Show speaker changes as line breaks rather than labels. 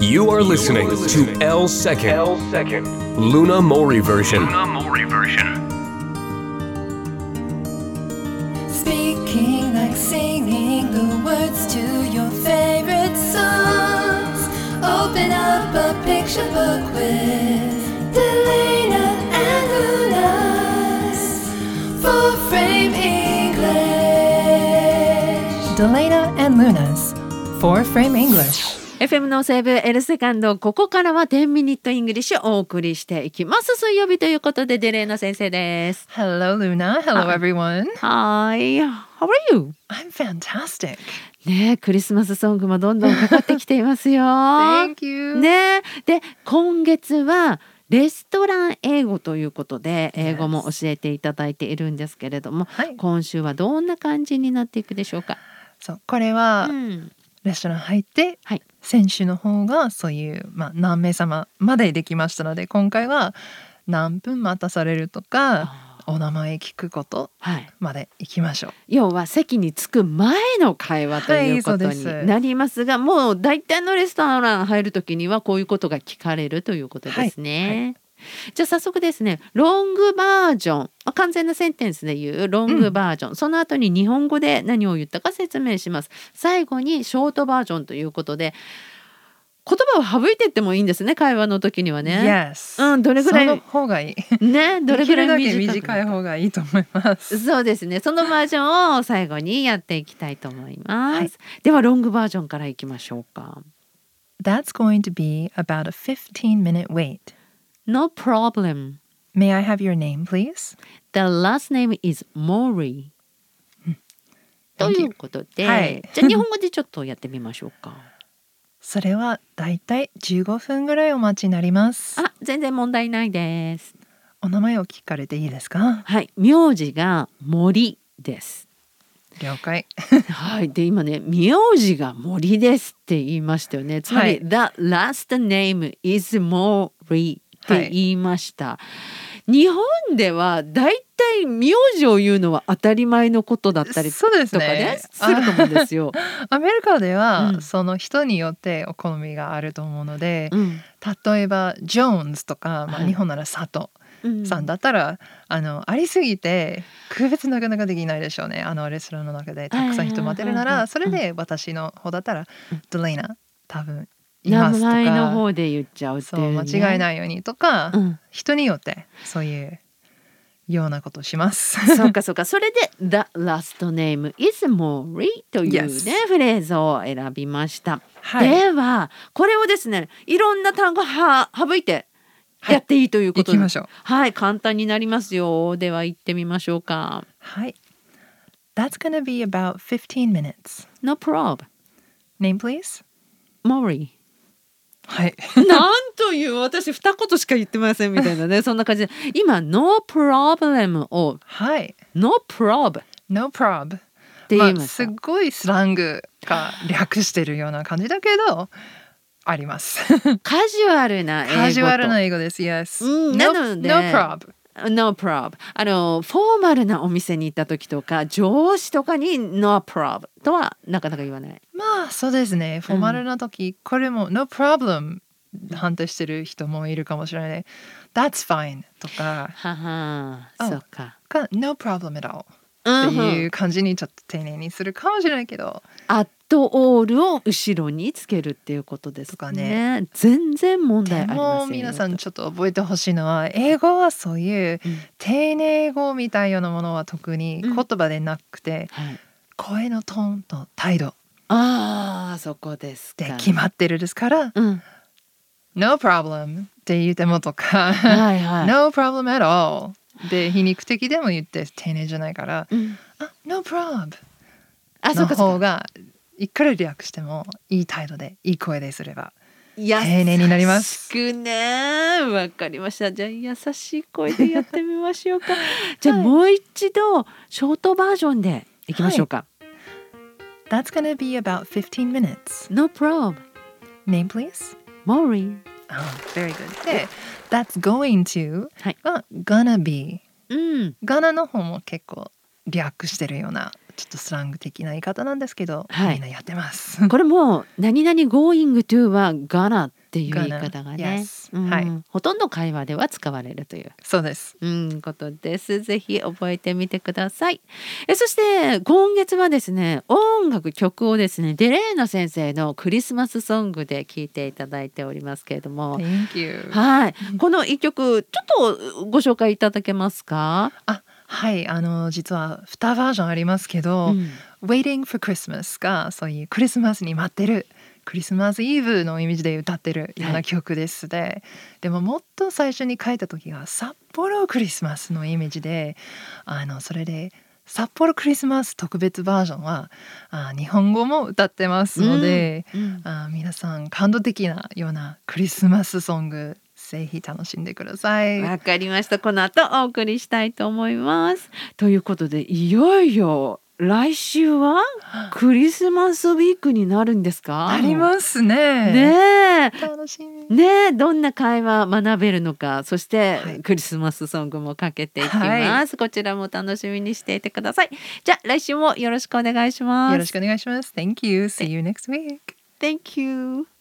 You are listening to L Second,
L second.
Luna Mori version.
Luna Mori version.
Speaking like singing the words to your favorite songs. Open up a picture book with Delana and Lunas for frame English. Delana and Lunas for frame English.
FM のセーブエルセカンドここからは10ミニットイングリッシュをお送りしていきます水曜日ということでデレーナ先生です
Hello, Luna. Hello, everyone.
Hi How are you?
Uh-uh. I'm fantastic.
ねえクリスマスソングもどんどんかかってきていますよ
you.
ねえで今月はレストラン英語ということで英語も教えていただいているんですけれども、
はい
今週はどんな感じになっていくでしょうか、
そうこれは
うん
レストラン入って、
はい
選手の方がそういう、まあ、何名様までできましたので今回は何分待たされるとか
は
お名前聞くこと
い
まで行きましょう。
要は席に着く前の会話ということ
はいそうです
になりますが、もう大体のレストラン入る時にはこういうことが聞かれるということですね。じゃあ早速ですねロングバージョンあ完全なセンテンスで言うロングバージョン、その後に日本語で何を言ったか説明します最後にショートバージョンということで言葉を省いてってもいいんですね会話の時にはね。
yes.
うんどれぐらい
その方がいい。
ねどれぐらい
できるだけ
短く
短い方がいいと思います。
そうですね。そのバージョンを最後にやっていきたいと思います。ではロングバージョンからいきましょうか。
That's going to be about a 15 minute wait.
No problem.
May I have your name, please?
The last name is Mori. と
Thank
い
you.
うことで、
はい
じゃあ日本語でちょっとやってみましょうか。
それはだいたい15分ぐらいお待ちになります。
あ、全然問題ないです。
お名前を聞かれていいですか
はい、名字が森です。
了解。
はい、で今ね、名字が森ですって言いましたよね。つまり、
はい
The last name is Mori って言いました。日本ではだいたい名字を言うのは当たり前のことだったりと
そうです
かね、すると思うんですよ。
あアメリカでは、
うん
その人によってお好みがあると思うので、
うん
例えばジョーンズとか、ま
は
あ、
い
日本なら佐藤
うん
さんだったら、あのありすぎて区別なかなかできないでしょうねあのレストランの中でたくさん人待ってるな
はいはいはいは
ら
い
それで私の方だったら、
うん
ドレイナ多分い
名
ますと
前の
か。
方で言っちゃうって
そ
いうう、ね、
間違い
い。
ないようにとか、
うん、
人によってそういうようなことをします。
そうかそうかそれで「The last name is Mori」というね、
Yes
フレーズを選びました。
はい、
ではこれをですねいろんな単語は省いて
はい
やっていいというこ
行
と
き
で、は
ま
い、
しょう。
簡単になりますよでは行ってみましょうか
はい。That's gonna be about 15 minutes.
No prob
Name please?
Mori
はい。
なんという私二言しか言ってませんみたいなねそんな感じで今 No problem を
はい。
No prob っ
No prob.
て言いま
あ、
した、
すごいスラングが略してるような感じだけど、あり ます。
カジュアルな英語と
カジュアルな英語です。Yes.
うん
no,
なので
no prob.
No prob あのフォーマルなお店に行った時とか上司とかに No prob とはなかなか言わない
まあそうですね。フォーマルな時、これも No problem 反対してる人もいるかもしれないね。That's fine とか、
はは
あ
そうか
か No problem at all っ
っ
ていう感じにちょっと丁寧にするかもしれないけど、
アットオールを後ろにつけるっていうことです
とか
ね。全然問題あ
で
りません
も
よ
皆さんちょっと覚えてほしいのは英語はそういう
うん
丁寧語みたいなものは特に
うん
言葉でなくて、
はい、
声のトーンと態度
ああそこですか。
で決まってるですから
うん、
「No problem」って言ってもとか
はい
「
は い。
No problem at all」で皮肉的でも言って丁寧じゃないから
うん
「あ No problem」
あそ
の
うかそう
方
か。
がいくら略してもいい態度でいい声ですれば
丁
丁寧になります。
くねわかりました。じゃあ優しい声でやってみましょう か。じゃあ
はい
もう一度ショートバージョンでいきましょうか。
That's gonna be about 15 minutes.
No problem,
Name please?
Mori.
Oh, very good. で、That's going to
はい
が gonna be。
うん。
gonna の方も結構略してるような、ちょっとスラング的な言い方なんですけど、
はい
みんなやってます。
これもう何々 going to は gonna っていう言い
Gonna
方がね、
yes
うん
はい
ほとんど会話では使われるという、
そうです。
うん、ことです。ぜひ覚えてみてください。えそして今月はですね音楽曲をですねデレーナ先生のクリスマスソングで聴いていただいておりますけれども。
Thank you。
はい、この一曲ちょっとご紹介いただけますか。
あ、はい、あの実は2バージョンありますけど、
うん
Waiting for Christmas がそういうクリスマスに待ってるクリスマスイブのイメージで歌ってるような曲ですで、でももっと最初に書いた時が札幌クリスマスのイメージであのそれで札幌クリスマス特別バージョンはあ日本語も歌ってますので、
うん
あ皆さん感動的なようなクリスマスソングぜひ楽しんでください。
わかりました。この後お送りしたいと思います。ということで、いよいよ来週はクリスマスウィークになるんですか。
ありますね。
ねえ。
楽しみ。
ねえどんな会話学べるのかそして、
はい
クリスマスソングもかけていきます、こちらも楽しみにしていてくださいじゃあ来週もよろしくお願いします
よろしくお願いします。Thank you. See you next week.
Thank you